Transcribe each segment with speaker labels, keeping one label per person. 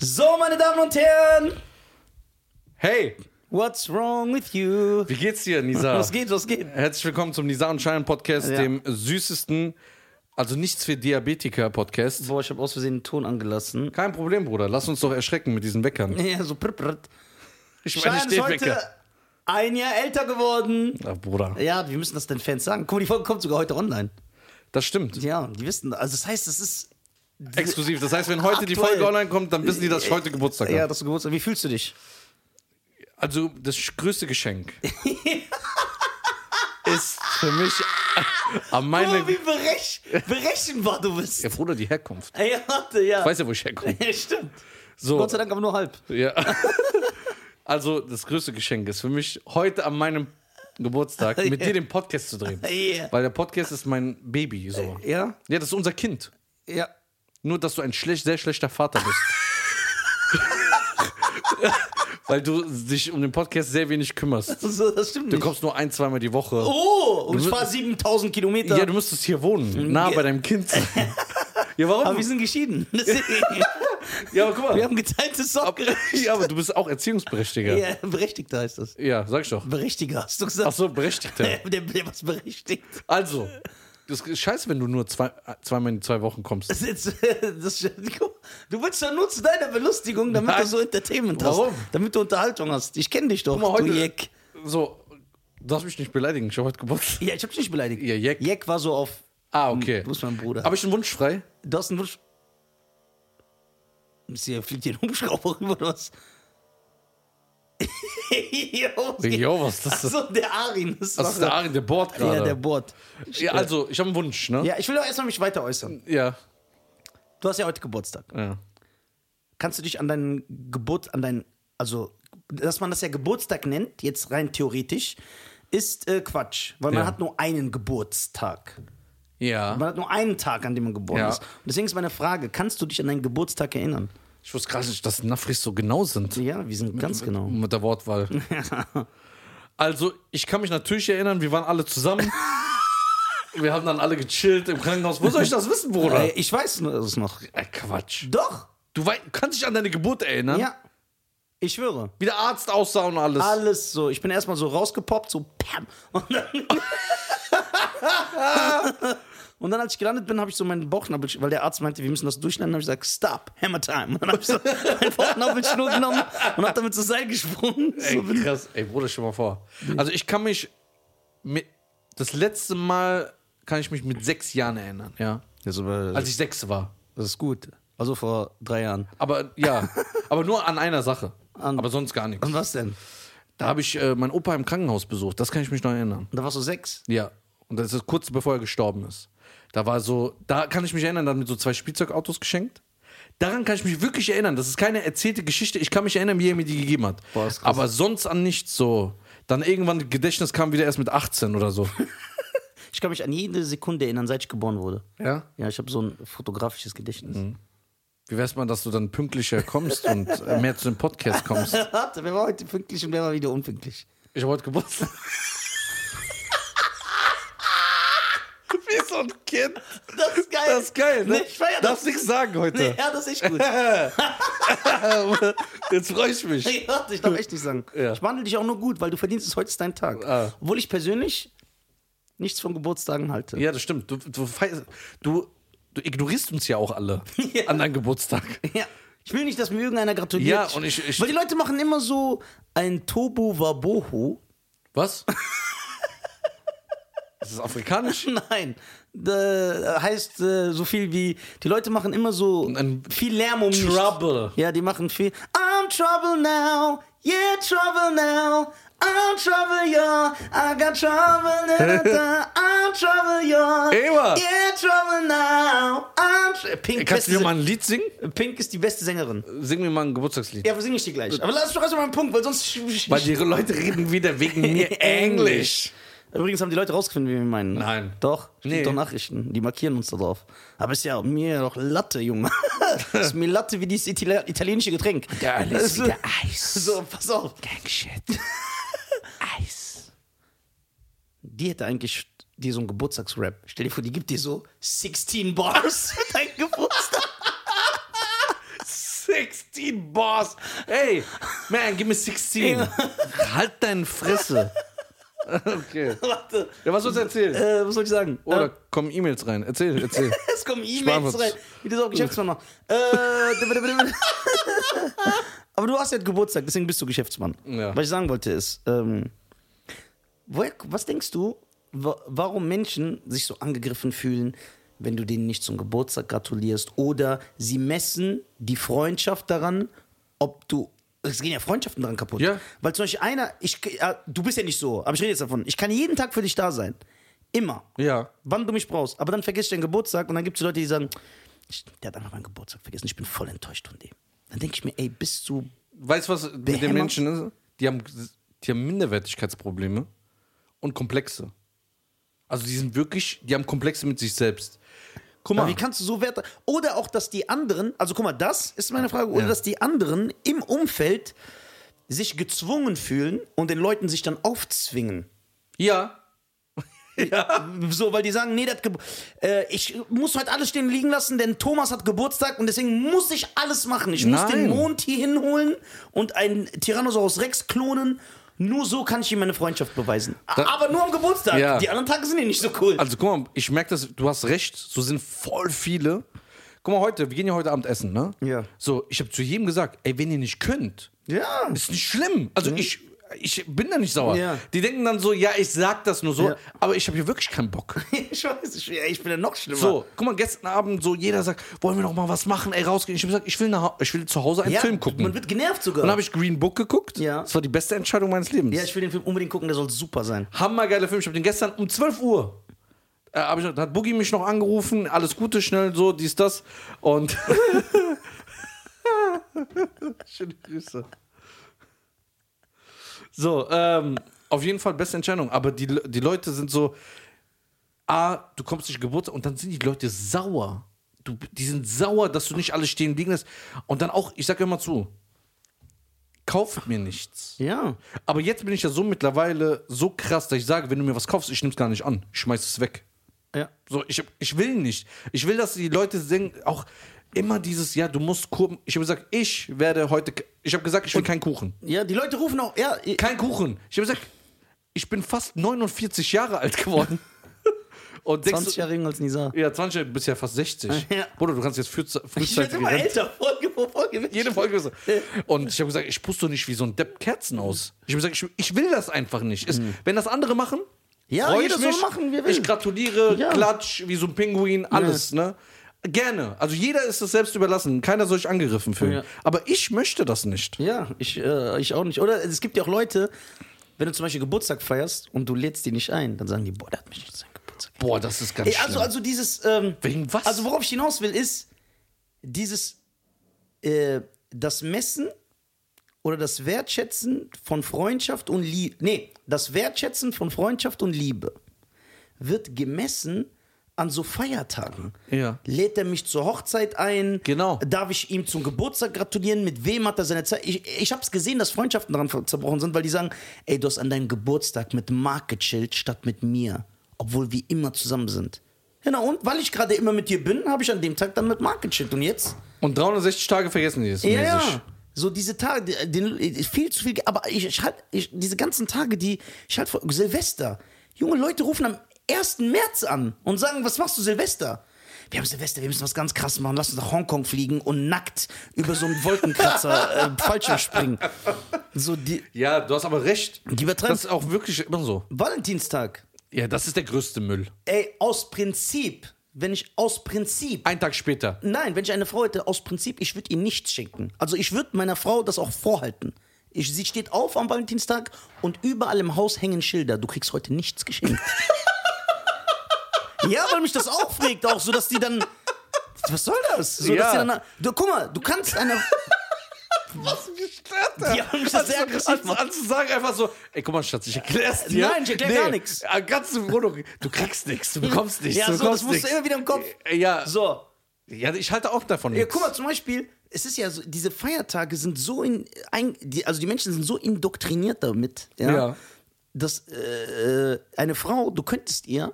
Speaker 1: So, meine Damen und Herren,
Speaker 2: Hey,
Speaker 1: what's wrong with you?
Speaker 2: wie geht's dir, Nisa?
Speaker 1: Was geht, was geht?
Speaker 2: Herzlich willkommen zum Nisa und Schein Podcast,
Speaker 1: Ja.
Speaker 2: dem süßesten, also nichts für Diabetiker Podcast.
Speaker 1: Boah, ich habe aus Versehen den Ton angelassen.
Speaker 2: Kein Problem, Bruder. Lass uns doch erschrecken mit diesen Weckern.
Speaker 1: Ja, so prr, prr.
Speaker 2: Ich
Speaker 1: Schein ist heute ein Jahr älter geworden.
Speaker 2: Ach, Bruder,
Speaker 1: Ja, wir müssen das den Fans sagen. Guck mal, die Folge kommt sogar heute online.
Speaker 2: das stimmt.
Speaker 1: Ja, die wissen. Also, das heißt, das ist.
Speaker 2: Exklusiv. Das heißt, wenn heute die
Speaker 1: Aktuell.
Speaker 2: Folge online kommt, dann wissen die, dass ich heute Geburtstag
Speaker 1: Ja,
Speaker 2: habe.
Speaker 1: das ist Geburtstag. Wie fühlst du dich?
Speaker 2: Also, das größte Geschenk ist für mich an
Speaker 1: Oh,
Speaker 2: meine.
Speaker 1: wie berech berechenbar du bist.
Speaker 2: Ja, Bruder, die Herkunft.
Speaker 1: Ey, warte, ja.
Speaker 2: Ich weiß ja, wo ich herkomme.
Speaker 1: ja, stimmt.
Speaker 2: So.
Speaker 1: Gott sei Dank aber nur halb.
Speaker 2: Ja. Also, das größte Geschenk ist für mich heute an meinem Geburtstag mit dir den Podcast zu drehen.
Speaker 1: Yeah.
Speaker 2: Weil der Podcast ist mein Baby. So.
Speaker 1: Äh, Ja?
Speaker 2: Ja, das ist unser Kind.
Speaker 1: Ja.
Speaker 2: Nur, dass du ein schlecht, sehr schlechter Vater bist. Weil du dich um den Podcast sehr wenig kümmerst.
Speaker 1: So, das stimmt
Speaker 2: Du
Speaker 1: nicht.
Speaker 2: kommst nur ein, zweimal die Woche.
Speaker 1: Oh, und ich fahre 7000 Kilometer.
Speaker 2: Ja, du müsstest hier wohnen. Nah bei deinem Kind. ja,
Speaker 1: aber wir
Speaker 2: warum?
Speaker 1: sind geschieden. Deswegen.
Speaker 2: Ja, aber guck
Speaker 1: wir
Speaker 2: mal.
Speaker 1: haben geteiltes Sorgerecht.
Speaker 2: Ja, aber du bist auch Erziehungsberechtiger. Ja,
Speaker 1: Ja, Berechtigter heißt das.
Speaker 2: sag ich doch.
Speaker 1: Berechtiger, hast du gesagt.
Speaker 2: Ach so, Berechtigter.
Speaker 1: Der, der, der was berechtigt.
Speaker 2: Also, das ist scheiße, wenn du nur zwei, zweimal in zwei Wochen kommst.
Speaker 1: Das ist, das ist, du willst doch nur zu deiner Belustigung, damit
Speaker 2: Nein.
Speaker 1: du so Entertainment
Speaker 2: Warum?
Speaker 1: hast. Damit du Unterhaltung hast. Ich kenne dich doch,
Speaker 2: mal, heute-
Speaker 1: du Jeck.
Speaker 2: So, du darfst mich nicht beleidigen. Ich habe heute Geburtstag.
Speaker 1: Ja, ich hab dich nicht beleidigt.
Speaker 2: Ja, Jeck.
Speaker 1: Jeck war so auf,
Speaker 2: Ah, okay.
Speaker 1: wo ist Hm, mein Bruder?
Speaker 2: Habe ich einen Wunsch frei?
Speaker 1: Du hast einen Wunsch. Ist hier, fliegt hier ein Hubschrauber rüber oder was? jo, was geht-
Speaker 2: Jo, was ist das?
Speaker 1: Ach so, der Arin. Das,
Speaker 2: Das ist der Arjen, der bohrt
Speaker 1: Ja,
Speaker 2: gerade.
Speaker 1: der Bord.
Speaker 2: Ja, also, ich habe einen Wunsch, ne?
Speaker 1: Ja, ich will doch erstmal mich weiter äußern.
Speaker 2: Ja.
Speaker 1: Du hast ja heute Geburtstag.
Speaker 2: ja.
Speaker 1: Kannst du dich an deinen Geburt, an deinen, also, dass man das ja Geburtstag nennt, jetzt rein theoretisch, ist äh, Quatsch. Weil man
Speaker 2: Ja.
Speaker 1: hat nur einen Geburtstag.
Speaker 2: Ja.
Speaker 1: Man hat nur einen Tag, an dem man geboren
Speaker 2: Ja.
Speaker 1: ist. Und deswegen ist meine Frage, kannst du dich an deinen Geburtstag erinnern?
Speaker 2: Ich wusste gerade nicht, dass Nafris so genau sind.
Speaker 1: Ja, wir sind ganz genau.
Speaker 2: Mit der Wortwahl. also, ich kann mich natürlich erinnern, wir waren alle zusammen. wir haben dann alle gechillt im Krankenhaus. Wo soll ich das wissen, Bruder?
Speaker 1: Äh, Ich weiß nur es noch.
Speaker 2: Äh, Quatsch.
Speaker 1: Doch.
Speaker 2: Du wei- kannst dich an deine Geburt erinnern?
Speaker 1: Ja. Ich schwöre.
Speaker 2: Wie der Arzt aussah und alles.
Speaker 1: Alles so. Ich bin erstmal so rausgepoppt, so pam. Und dann, und dann als ich gelandet bin, habe ich so meinen Bauchnabel, weil der Arzt meinte, wir müssen das durchschneiden, habe ich gesagt, stop, hammer time. Und dann habe ich so meinen Bauchnabelschnur genommen und habe damit so Seil gesprungen. So
Speaker 2: Ey,
Speaker 1: bin ich-
Speaker 2: krass. Ey, Bruder, stell mal vor. Also ich kann mich mit, das letzte Mal kann ich mich mit sechs Jahren erinnern, ja. Als ich sechs war.
Speaker 1: das ist gut. Also vor drei Jahren.
Speaker 2: Aber ja, aber nur an einer Sache.
Speaker 1: An-
Speaker 2: aber sonst gar nichts.
Speaker 1: Und was denn?
Speaker 2: Da habe ich äh, meinen Opa im Krankenhaus besucht, das kann ich mich noch erinnern.
Speaker 1: Da warst du sechs.
Speaker 2: Ja. Und das ist kurz bevor er gestorben ist. Da war so, da kann ich mich erinnern, da haben mir so zwei Spielzeugautos geschenkt. Daran kann ich mich wirklich erinnern. Das ist keine erzählte Geschichte. Ich kann mich erinnern, wie er mir die gegeben hat.
Speaker 1: Boah, ist krass.
Speaker 2: Aber sonst an nichts so. Dann irgendwann Gedächtnis kam wieder erst mit 18 oder so.
Speaker 1: Ich kann mich an jede Sekunde erinnern, seit ich geboren wurde.
Speaker 2: Ja.
Speaker 1: Ja, ich habe so ein fotografisches Gedächtnis.
Speaker 2: Wie wär's mal, dass du dann pünktlicher kommst und äh, mehr zu dem Podcast kommst?
Speaker 1: Warte, wer war heute pünktlich und wer war wieder unpünktlich?
Speaker 2: Ich habe heute Geburtstag. Wie so ein Kind.
Speaker 1: Das ist geil.
Speaker 2: Das ist geil, ne?
Speaker 1: Nee, ich feier das.
Speaker 2: Darfst nichts sagen
Speaker 1: Nee,
Speaker 2: heute.
Speaker 1: ja, das ist echt gut.
Speaker 2: Jetzt freue ich mich.
Speaker 1: Nee, warte, ich darf echt nicht sagen.
Speaker 2: Ja.
Speaker 1: Ich behandle dich auch nur gut, weil du verdienst es, heute ist dein Tag.
Speaker 2: Ah.
Speaker 1: Obwohl ich persönlich nichts von Geburtstagen halte.
Speaker 2: Ja, das stimmt. Du, du, fei- du, du ignorierst uns ja auch alle an deinem Geburtstag.
Speaker 1: Ja. Ich will nicht, dass mir irgendeiner gratuliert.
Speaker 2: Ja, und ich- ich-
Speaker 1: weil die Leute machen immer so ein Tobu Wabohu.
Speaker 2: Was? Ist das afrikanisch?
Speaker 1: Nein, da heißt äh, so viel wie, die Leute machen immer so
Speaker 2: Ein
Speaker 1: viel Lärm um nichts.
Speaker 2: Trouble.
Speaker 1: Ja, die machen viel. I'm trouble now, yeah, trouble now. I'm trouble, yeah, I got trouble, da, da, da. I'm trouble, yeah.
Speaker 2: Ey, Mann.
Speaker 1: yeah, trouble now. I'm tr Pink,
Speaker 2: Kannst du mir
Speaker 1: beste-
Speaker 2: mal ein Lied singen?
Speaker 1: Pink ist die beste Sängerin.
Speaker 2: Sing mir mal ein Geburtstagslied.
Speaker 1: Ja, aber singe ich die gleich. Aber lass doch erstmal einen Punkt, weil sonst.
Speaker 2: Weil die Leute reden wieder wegen mir Englisch.
Speaker 1: Übrigens haben die Leute rausgefunden, wie wir meinen. ne?
Speaker 2: Nein.
Speaker 1: Doch, steht
Speaker 2: Nee.
Speaker 1: doch Nachrichten. Die markieren uns da drauf. Aber ist ja mir doch Latte, Junge. ist mir Latte wie dieses Itali italienische Getränk.
Speaker 2: Ja, alles
Speaker 1: so,
Speaker 2: wieder Eis.
Speaker 1: so, pass auf.
Speaker 2: Gangshit. Eis.
Speaker 1: Die hätte eigentlich dir so einen Geburtstagsrap. Stell dir vor, die gibt dir so 16 Bars für deinen Geburtstag.
Speaker 2: 16 Bars. Ey, man, gib mir 16. halt deine Fresse. Okay.
Speaker 1: Warte.
Speaker 2: Ja, was sollst du erzählen?
Speaker 1: Äh, was soll ich sagen?
Speaker 2: Oder kommen E-Mails rein. Erzähl, erzähl.
Speaker 1: Es kommen
Speaker 2: Sparen
Speaker 1: E-Mails
Speaker 2: wir's.
Speaker 1: rein. Wie du auch Geschäftsmann noch. Äh, aber du hast ja Geburtstag, deswegen bist du Geschäftsmann.
Speaker 2: Ja.
Speaker 1: Was ich sagen wollte ist, ähm, woher, was denkst du, wa warum Menschen sich so angegriffen fühlen, wenn du denen nicht zum Geburtstag gratulierst oder sie messen die Freundschaft daran, ob du es gehen ja Freundschaften daran kaputt.
Speaker 2: Ja.
Speaker 1: Weil zum Beispiel einer, ich, äh, du bist ja nicht so, aber ich rede jetzt davon. Ich kann jeden Tag für dich da sein. Immer
Speaker 2: Ja.
Speaker 1: wann du mich brauchst. Aber dann vergisst du deinen Geburtstag und dann gibt es Leute, die sagen, ich, der hat einfach meinen Geburtstag vergessen, ich bin voll enttäuscht von dem. Dann denke ich mir, ey, bist du.
Speaker 2: Weißt du, was mit den
Speaker 1: Behämmert.
Speaker 2: Menschen ist? Die haben, die haben Minderwertigkeitsprobleme und Komplexe. Also die sind wirklich, die haben Komplexe mit sich selbst. Guck
Speaker 1: Aber
Speaker 2: mal,
Speaker 1: Wie kannst du so wert. Oder auch, dass die anderen, also guck mal, das ist meine Frage, oder
Speaker 2: Ja.
Speaker 1: dass die anderen im Umfeld sich gezwungen fühlen und den Leuten sich dann aufzwingen.
Speaker 2: ja,
Speaker 1: So, weil die sagen, nee, das Ge- äh, ich muss heute alles stehen und liegen lassen, denn Thomas hat Geburtstag und deswegen muss ich alles machen. Ich muss
Speaker 2: Nein.
Speaker 1: den Mond hier hinholen und einen Tyrannosaurus Rex klonen. Nur so kann ich ihm meine Freundschaft beweisen. A-
Speaker 2: Da-
Speaker 1: Aber nur am Geburtstag.
Speaker 2: Ja.
Speaker 1: Die anderen Tage sind ja nicht so cool.
Speaker 2: also guck mal, ich merke das, du hast recht, so sind voll viele. Guck mal, heute, wir gehen ja heute Abend essen, ne?
Speaker 1: Ja.
Speaker 2: So, ich habe zu jedem gesagt, ey, wenn ihr nicht könnt,
Speaker 1: ja.
Speaker 2: ist nicht schlimm. Also ich, ich bin da nicht sauer.
Speaker 1: Mhm. Ja.
Speaker 2: Die denken dann so, ja, ich sag das nur so,
Speaker 1: Ja.
Speaker 2: aber ich habe hier wirklich keinen Bock.
Speaker 1: Ich weiß, ich, ich bin ja noch schlimmer.
Speaker 2: So, guck mal, gestern Abend so jeder sagt, wollen wir noch mal was machen, ey, rausgehen. Ich habe gesagt, ich will, nach, Hau- ich will zu Hause einen
Speaker 1: ja,
Speaker 2: Film gucken.
Speaker 1: Man wird genervt sogar.
Speaker 2: Dann habe ich Green Book geguckt.
Speaker 1: Ja.
Speaker 2: Das war die beste Entscheidung meines Lebens.
Speaker 1: ja, ich will den Film unbedingt gucken, der soll super sein.
Speaker 2: Hammergeiler Film. Ich habe den gestern um 12 Uhr. Äh, hab ich, hat Boogie mich noch angerufen, alles Gute, schnell so, dies, das. Und. Schöne Grüße. So, ähm, auf jeden Fall beste Entscheidung. Aber die, Le- die Leute sind so. A, du kommst nicht Geburtstag und dann sind die Leute sauer. Du, die sind sauer, dass du nicht alles stehen liegen lässt. Und dann auch, ich sage immer zu, kauft mir nichts.
Speaker 1: Ja.
Speaker 2: Aber jetzt bin ich ja so mittlerweile so krass, dass ich sage, wenn du mir was kaufst, ich nehm's gar nicht an. Ich schmeiß es weg.
Speaker 1: Ja.
Speaker 2: So, ich, hab- ich will nicht. Ich will, dass die Leute denken, auch immer dieses, ja, du musst Kuchen. Ich habe gesagt, ich werde heute. k- Ich habe gesagt, ich will keinen Kuchen.
Speaker 1: Ja, die Leute rufen auch, ja, ich-
Speaker 2: Kein Kuchen. Ich habe gesagt, ich bin fast 49 Jahre alt geworden. Und denkst
Speaker 1: 20 Jahre jünger als Nisa.
Speaker 2: du, ja, 20, du bist ja fast 60.
Speaker 1: Ja.
Speaker 2: Bruder, du kannst jetzt frühze-
Speaker 1: Ich werde
Speaker 2: frühzeitig.
Speaker 1: immer
Speaker 2: Rente-
Speaker 1: älter, Folge vor Folge.
Speaker 2: jede Folge so. Und ich habe gesagt, ich puste doch nicht wie so ein Depp Kerzen aus. Ich habe gesagt, ich, ich will das einfach nicht. Es, Wenn das andere machen,
Speaker 1: Mhm. Ja,
Speaker 2: freu
Speaker 1: jeder
Speaker 2: ich
Speaker 1: soll
Speaker 2: mich.
Speaker 1: machen, wie er will.
Speaker 2: ich gratuliere,
Speaker 1: Ja.
Speaker 2: klatsch, wie so ein Pinguin, alles, ne? Gerne. Also jeder ist es selbst überlassen. Keiner soll sich angegriffen fühlen.
Speaker 1: Ja.
Speaker 2: Aber ich möchte das nicht.
Speaker 1: Ja, ich, äh, ich auch nicht. Oder es gibt ja auch Leute, wenn du zum Beispiel Geburtstag feierst und du lädst die nicht ein, dann sagen die, boah, der hat mich nicht zu seinem Geburtstag.
Speaker 2: Boah, das ist ganz
Speaker 1: Ey, also, also dieses, ähm,
Speaker 2: Wegen was?
Speaker 1: also worauf ich hinaus will, ist dieses, äh, das Messen oder das Wertschätzen von Freundschaft und Liebe, nee, das Wertschätzen von Freundschaft und Liebe wird gemessen an so Feiertagen.
Speaker 2: Ja.
Speaker 1: Lädt er mich zur Hochzeit ein?
Speaker 2: Genau.
Speaker 1: Darf ich ihm zum Geburtstag gratulieren? Mit wem hat er seine Zeit? Ich, ich habe es gesehen, dass Freundschaften daran zerbrochen sind, weil die sagen, ey, du hast an deinem Geburtstag mit Marc gechillt statt mit mir, obwohl wir immer zusammen sind. Genau, und weil ich gerade immer mit dir bin, habe ich an dem Tag dann mit Marc gechillt. Und jetzt?
Speaker 2: Und 360 Tage vergessen die es.
Speaker 1: Ja,
Speaker 2: mäßig.
Speaker 1: ja. So diese Tage, die- äh, den, viel zu viel, aber ich, ich halt, ich, diese ganzen Tage, die, ich halt vor, Silvester. Junge Leute rufen am 1. März an und sagen, was machst du Silvester? Wir haben Silvester, wir müssen was ganz krass machen. Lass uns nach Hongkong fliegen und nackt über so einen Wolkenkratzer äh, Fallschirm springen. So die
Speaker 2: ja, du hast aber recht.
Speaker 1: Die übertreiben-
Speaker 2: das ist auch wirklich immer so.
Speaker 1: Valentinstag.
Speaker 2: Ja, das ist der größte Müll.
Speaker 1: Ey, aus Prinzip, wenn ich aus Prinzip
Speaker 2: Ein Tag später.
Speaker 1: Nein, wenn ich eine Frau hätte, aus Prinzip, ich würde ihr nichts schenken. Also ich würde meiner Frau das auch vorhalten. Ich, sie steht auf am Valentinstag und überall im Haus hängen Schilder. Du kriegst heute nichts geschenkt. ja, weil mich das aufregt auch, so dass die dann... Was soll das? So,
Speaker 2: Ja.
Speaker 1: dass die dann, du, guck mal, du kannst eine...
Speaker 2: Was gestört? Alter.
Speaker 1: Die haben mich das sehr aggressiv
Speaker 2: als,
Speaker 1: gemacht. Äh,
Speaker 2: als zu sagen also, einfach so, ey, guck mal, Schatz, ich erklär's dir.
Speaker 1: Nein, ich erklär gar nix.
Speaker 2: äh, Ganz im Grunde, du kriegst nichts, du bekommst nichts.
Speaker 1: Ja,
Speaker 2: du
Speaker 1: so, das
Speaker 2: bekommst
Speaker 1: musst du
Speaker 2: nix.
Speaker 1: immer wieder im Kopf...
Speaker 2: Äh, Ja,
Speaker 1: So,
Speaker 2: ja, ich halte auch davon
Speaker 1: Ja,
Speaker 2: nichts.
Speaker 1: guck mal, zum Beispiel, es ist ja so, diese Feiertage sind so in, ein, die, also die Menschen sind so indoktriniert damit, ja,
Speaker 2: Ja.
Speaker 1: dass äh, äh, eine Frau, du könntest ihr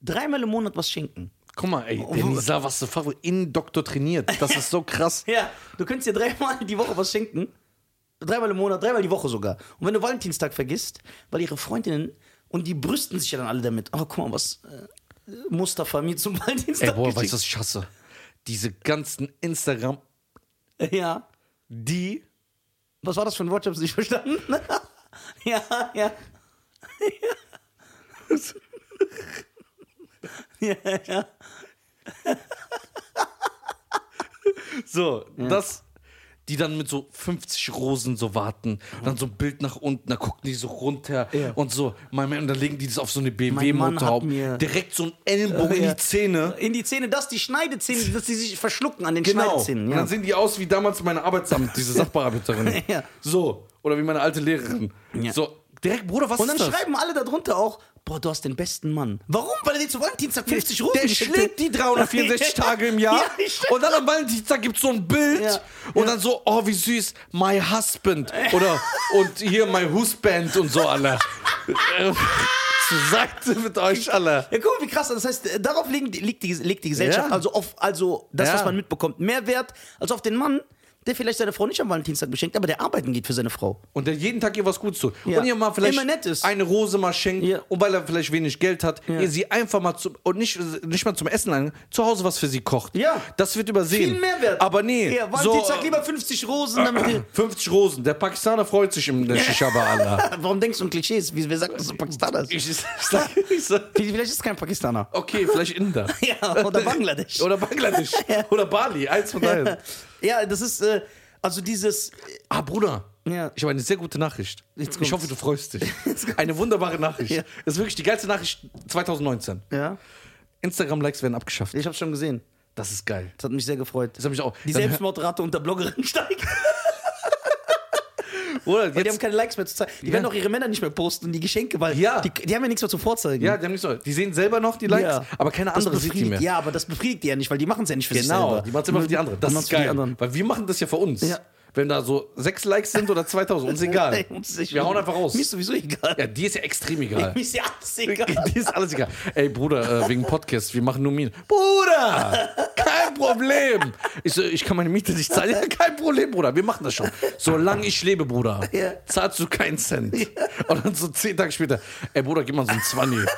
Speaker 1: dreimal im Monat was schenken.
Speaker 2: Guck mal, ey, Denisa, was du Fach indoktriniert. Das ist so krass.
Speaker 1: Ja, du könntest dir dreimal die Woche was schenken. Dreimal im Monat, dreimal die Woche sogar. Und wenn du Valentinstag vergisst, weil ihre Freundinnen, und die brüsten sich ja dann alle damit. Oh, guck mal, was äh, Mustafa mir zum Valentinstag
Speaker 2: Ey, boah, weißt
Speaker 1: geschickt
Speaker 2: du, was ich hasse? Diese ganzen Instagram,
Speaker 1: hat. Ja.
Speaker 2: die.
Speaker 1: Was war das für ein Wort? Ich hab's nicht verstanden. ja, ja. ja, ja.
Speaker 2: So, das. Die dann mit so 50 Rosen so warten, dann so ein Bild nach unten, da gucken die so runter
Speaker 1: Ja.
Speaker 2: und so. Mein Mann, und dann legen die das auf so eine
Speaker 1: Mann hat mir-
Speaker 2: BMW-Motorhaube. Direkt so ein Ellenbogen in
Speaker 1: Ja.
Speaker 2: die Zähne.
Speaker 1: In die Zähne, dass die Schneidezähne, dass die sich verschlucken an den
Speaker 2: Genau.
Speaker 1: Schneidezähnen.
Speaker 2: Und
Speaker 1: Ja.
Speaker 2: dann sehen die aus wie damals meine Arbeitsamt, diese Sachbearbeiterin.
Speaker 1: Ja.
Speaker 2: So. Oder wie meine alte Lehrerin.
Speaker 1: Ja.
Speaker 2: So, direkt, Bruder, was
Speaker 1: Und dann
Speaker 2: ist das?
Speaker 1: schreiben alle darunter auch, boah, du hast den besten Mann. Warum? Weil er dir zu Valentinstag 50 Rosen
Speaker 2: Der
Speaker 1: geschickt
Speaker 2: schlägt
Speaker 1: hat.
Speaker 2: die 364 Tage im Jahr.
Speaker 1: Ja, ich schwör.
Speaker 2: und dann am Valentinstag gibt es so ein Bild.
Speaker 1: Ja,
Speaker 2: Und
Speaker 1: ja.
Speaker 2: dann so, oh, wie süß, my husband. Oder, und hier, my husband und so, alle. Zur Seite mit euch, alle.
Speaker 1: Ja, guck mal, wie krass. Das heißt, äh, darauf liegen, die- liegt, die, liegt die Gesellschaft,
Speaker 2: Ja.
Speaker 1: also auf also das,
Speaker 2: Ja.
Speaker 1: was man mitbekommt, mehr wert als auf den Mann, der vielleicht seine Frau nicht am Valentinstag beschenkt, aber der arbeiten geht für seine Frau.
Speaker 2: Und der jeden Tag ihr was Gutes tut.
Speaker 1: Ja.
Speaker 2: Und ihr mal vielleicht
Speaker 1: Immer nett ist.
Speaker 2: eine Rose mal schenkt.
Speaker 1: Ja.
Speaker 2: Und weil er vielleicht wenig Geld hat,
Speaker 1: Ja.
Speaker 2: ihr sie einfach mal zu, und nicht, nicht mal zum Essen lang, zu Hause was für sie kocht.
Speaker 1: Ja.
Speaker 2: Das wird übersehen.
Speaker 1: Viel Mehrwert.
Speaker 2: Aber nee.
Speaker 1: Ja,
Speaker 2: so,
Speaker 1: Valentinstag lieber 50 Rosen, damit die,
Speaker 2: 50 Rosen. Der Pakistaner freut sich im Shisha-Bar, Alter.
Speaker 1: Warum denkst du an Klischees? Wie, wer sagt, dass du Pakistaner ist?
Speaker 2: Ich, sag, ich sag,
Speaker 1: Vielleicht ist es kein Pakistaner.
Speaker 2: okay, vielleicht Inder.
Speaker 1: Ja, oder Bangladesch.
Speaker 2: Oder Bangladesch. Oder Bali, eins von beiden.
Speaker 1: ja, das ist, äh, also dieses,
Speaker 2: Ah, Bruder.
Speaker 1: Ja.
Speaker 2: Ich habe eine sehr gute Nachricht.
Speaker 1: kommt's.
Speaker 2: Ich hoffe, du freust dich. Eine wunderbare Nachricht.
Speaker 1: Ja.
Speaker 2: Das ist wirklich die geilste Nachricht 2019.
Speaker 1: ja,
Speaker 2: Instagram-Likes werden abgeschafft.
Speaker 1: ich hab's schon gesehen.
Speaker 2: Das ist geil.
Speaker 1: Das hat mich sehr gefreut.
Speaker 2: Das habe ich auch.
Speaker 1: Die
Speaker 2: Dann
Speaker 1: Selbstmordrate unter Bloggerinnen steigt.
Speaker 2: hör- Bruder,
Speaker 1: Die haben
Speaker 2: jetzt,
Speaker 1: keine Likes mehr zu zeigen. Die werden auch ihre Männer nicht mehr posten und die Geschenke, weil
Speaker 2: Ja.
Speaker 1: die, die haben ja nichts mehr zu vorzeigen.
Speaker 2: ja, die haben nicht so. Die sehen selber noch die Likes, aber keine
Speaker 1: Das
Speaker 2: andere sieht die
Speaker 1: befriedigt-
Speaker 2: mehr.
Speaker 1: Ja, aber das befriedigt die ja nicht, weil die machen es ja nicht für sich
Speaker 2: Genau,
Speaker 1: selber.
Speaker 2: die machen es immer für die andere. Das
Speaker 1: Die machen's
Speaker 2: ist
Speaker 1: für die
Speaker 2: geil.
Speaker 1: anderen.
Speaker 2: Weil wir machen das ja für uns.
Speaker 1: Ja.
Speaker 2: Wenn da so sechs Likes sind oder 2000, uns egal.
Speaker 1: Ey, uns ist echt-
Speaker 2: Wir hauen einfach raus.
Speaker 1: Mir ist sowieso egal.
Speaker 2: Ja, die ist ja extrem egal.
Speaker 1: Mir ist ja alles egal.
Speaker 2: Die ist alles egal. Ey, Bruder, äh, wegen Podcast, wir machen nur Miete. Bruder! Kein Problem! Ich, so, ich kann meine Miete nicht zahlen. Ja, kein Problem, Bruder. Wir machen das schon. Solange ich lebe, Bruder,
Speaker 1: Ja.
Speaker 2: zahlst du keinen Cent. Und dann so zehn Tage später, ey, Bruder, gib mal so ein 20.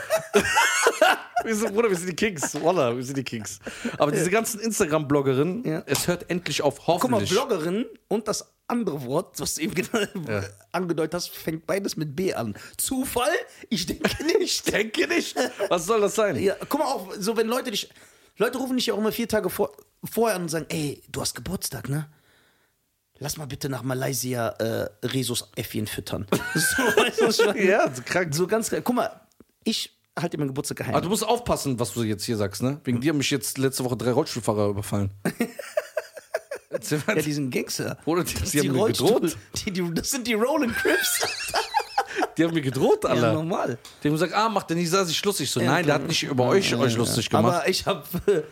Speaker 2: Wir sind, Bruder, wir sind die Kings. Wallah, wir sind die Kings. Aber diese ganzen Instagram-Bloggerinnen,
Speaker 1: Ja.
Speaker 2: es hört endlich auf,
Speaker 1: Guck mal,
Speaker 2: hoffentlich.
Speaker 1: Bloggerin und das andere Wort, was du eben ja. angedeutet hast, fängt beides mit B an. Zufall? Ich denke nicht.
Speaker 2: Denke nicht. Was soll das sein?
Speaker 1: Ja, guck mal auch, so wenn Leute dich. Leute rufen dich ja auch immer vier Tage vor, vorher an und sagen, ey, du hast Geburtstag, ne? Lass mal bitte nach Malaysia äh, Rhesus-Äffchen füttern. so, weißt du, was ich meine?
Speaker 2: Ja, so krank.
Speaker 1: so ganz geil. Guck mal, ich halte meinen Geburtstag geheim.
Speaker 2: Aber Ah, du musst aufpassen, was du jetzt hier sagst, ne? Wegen dir haben mich jetzt letzte Woche drei Rollstuhlfahrer überfallen. Erzähl mal.
Speaker 1: ja, diesen Gangster.
Speaker 2: Oder die-
Speaker 1: Das
Speaker 2: die
Speaker 1: ist
Speaker 2: haben mir
Speaker 1: Rollstuhl-
Speaker 2: gedroht.
Speaker 1: Die, die, das sind die Rolling Crips.
Speaker 2: die haben mir gedroht, alle.
Speaker 1: ja,
Speaker 2: Ja, die
Speaker 1: normal.
Speaker 2: haben gesagt, ah, macht der Nisa sich lustig. So, nein, der hat nicht über euch, euch lustig gemacht.
Speaker 1: Aber ich habe äh,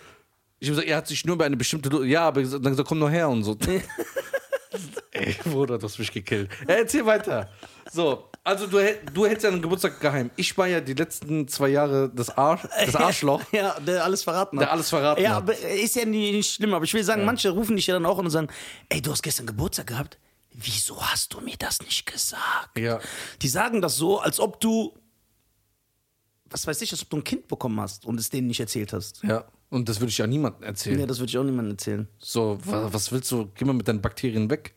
Speaker 2: ich habe gesagt, er hat sich nur über eine bestimmte. Lu- Ja, aber gesagt- dann gesagt, komm nur her und so. Ey, Bruder, du hast mich gekillt. Ja, erzähl weiter. So, also du, hätt- du hättest ja einen Geburtstag geheim. Ich war ja die letzten zwei Jahre das, Arsch, das Arschloch.
Speaker 1: Ja, der alles verraten hat.
Speaker 2: Der alles verraten
Speaker 1: ja,
Speaker 2: hat.
Speaker 1: aber ist ja nie- nicht schlimm. Aber ich will sagen, manche rufen dich ja dann auch an und sagen, ey, du hast gestern Geburtstag gehabt. Wieso hast du mir das nicht gesagt?
Speaker 2: Ja.
Speaker 1: Die sagen das so, als ob du, was weiß ich, als ob du ein Kind bekommen hast und es denen nicht erzählt hast.
Speaker 2: Ja. Und das würde ich ja niemandem erzählen.
Speaker 1: Ja, das würde ich auch niemandem erzählen.
Speaker 2: So, was, was willst du? Geh mal mit deinen Bakterien weg.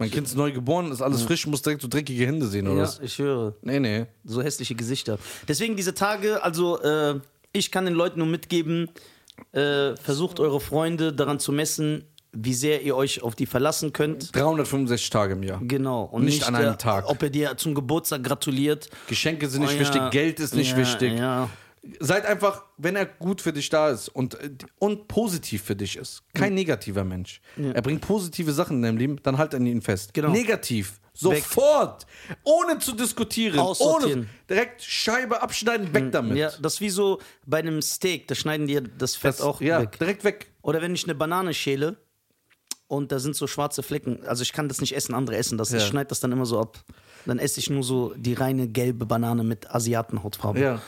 Speaker 2: mein Kind ist neu geboren, ist alles frisch, muss direkt so dreckige Hände sehen, oder
Speaker 1: Ja,
Speaker 2: was?
Speaker 1: ich höre.
Speaker 2: Nee, nee.
Speaker 1: So hässliche Gesichter. Deswegen diese Tage, also äh, ich kann den Leuten nur mitgeben, äh, versucht eure Freunde daran zu messen, wie sehr ihr euch auf die verlassen könnt.
Speaker 2: 365 Tage im Jahr.
Speaker 1: Genau. Und
Speaker 2: Nicht an einem
Speaker 1: äh,
Speaker 2: Tag.
Speaker 1: Ob er dir zum Geburtstag gratuliert.
Speaker 2: Geschenke sind nicht
Speaker 1: Oh, ja.
Speaker 2: wichtig, Geld ist nicht
Speaker 1: Ja,
Speaker 2: wichtig.
Speaker 1: Ja.
Speaker 2: Seid einfach, wenn er gut für dich da ist und, und positiv für dich ist,
Speaker 1: Mhm.
Speaker 2: kein negativer Mensch. Er bringt positive Sachen in deinem Leben, dann halt an ihn fest.
Speaker 1: Genau.
Speaker 2: Negativ. Sofort. Ohne zu diskutieren. Ohne.
Speaker 1: Aussortieren. Mhm.
Speaker 2: Direkt Scheibe abschneiden, weg damit.
Speaker 1: ja, das ist wie so bei einem Steak, da schneiden die ja das Fett
Speaker 2: Das-
Speaker 1: auch
Speaker 2: ja,
Speaker 1: weg.
Speaker 2: direkt weg.
Speaker 1: Oder wenn ich eine Banane schäle und da sind so schwarze Flecken, also ich kann das nicht essen, andere essen das. Ich
Speaker 2: Ja.
Speaker 1: schneide das dann immer so ab. Dann esse ich nur so die reine gelbe Banane mit Asiatenhautfarbe.
Speaker 2: Ja.